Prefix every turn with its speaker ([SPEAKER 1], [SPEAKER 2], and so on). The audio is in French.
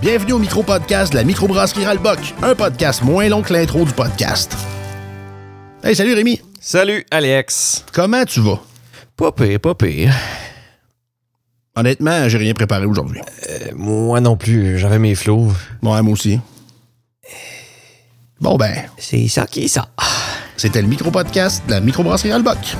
[SPEAKER 1] Bienvenue au micro-podcast de la microbrasserie Ralbock, un podcast moins long que l'intro du podcast. Hey, salut Rémi,
[SPEAKER 2] Salut Alex.
[SPEAKER 1] comment tu vas?
[SPEAKER 2] Pas pire, pas pire.
[SPEAKER 1] Honnêtement, j'ai rien préparé aujourd'hui.
[SPEAKER 2] Euh, moi non plus, j'avais mes flots.
[SPEAKER 1] Ouais, moi aussi. ben, Bon ben,
[SPEAKER 2] C'est ça qui est ça.
[SPEAKER 1] c'était le micro-podcast de la microbrasserie Ralbock.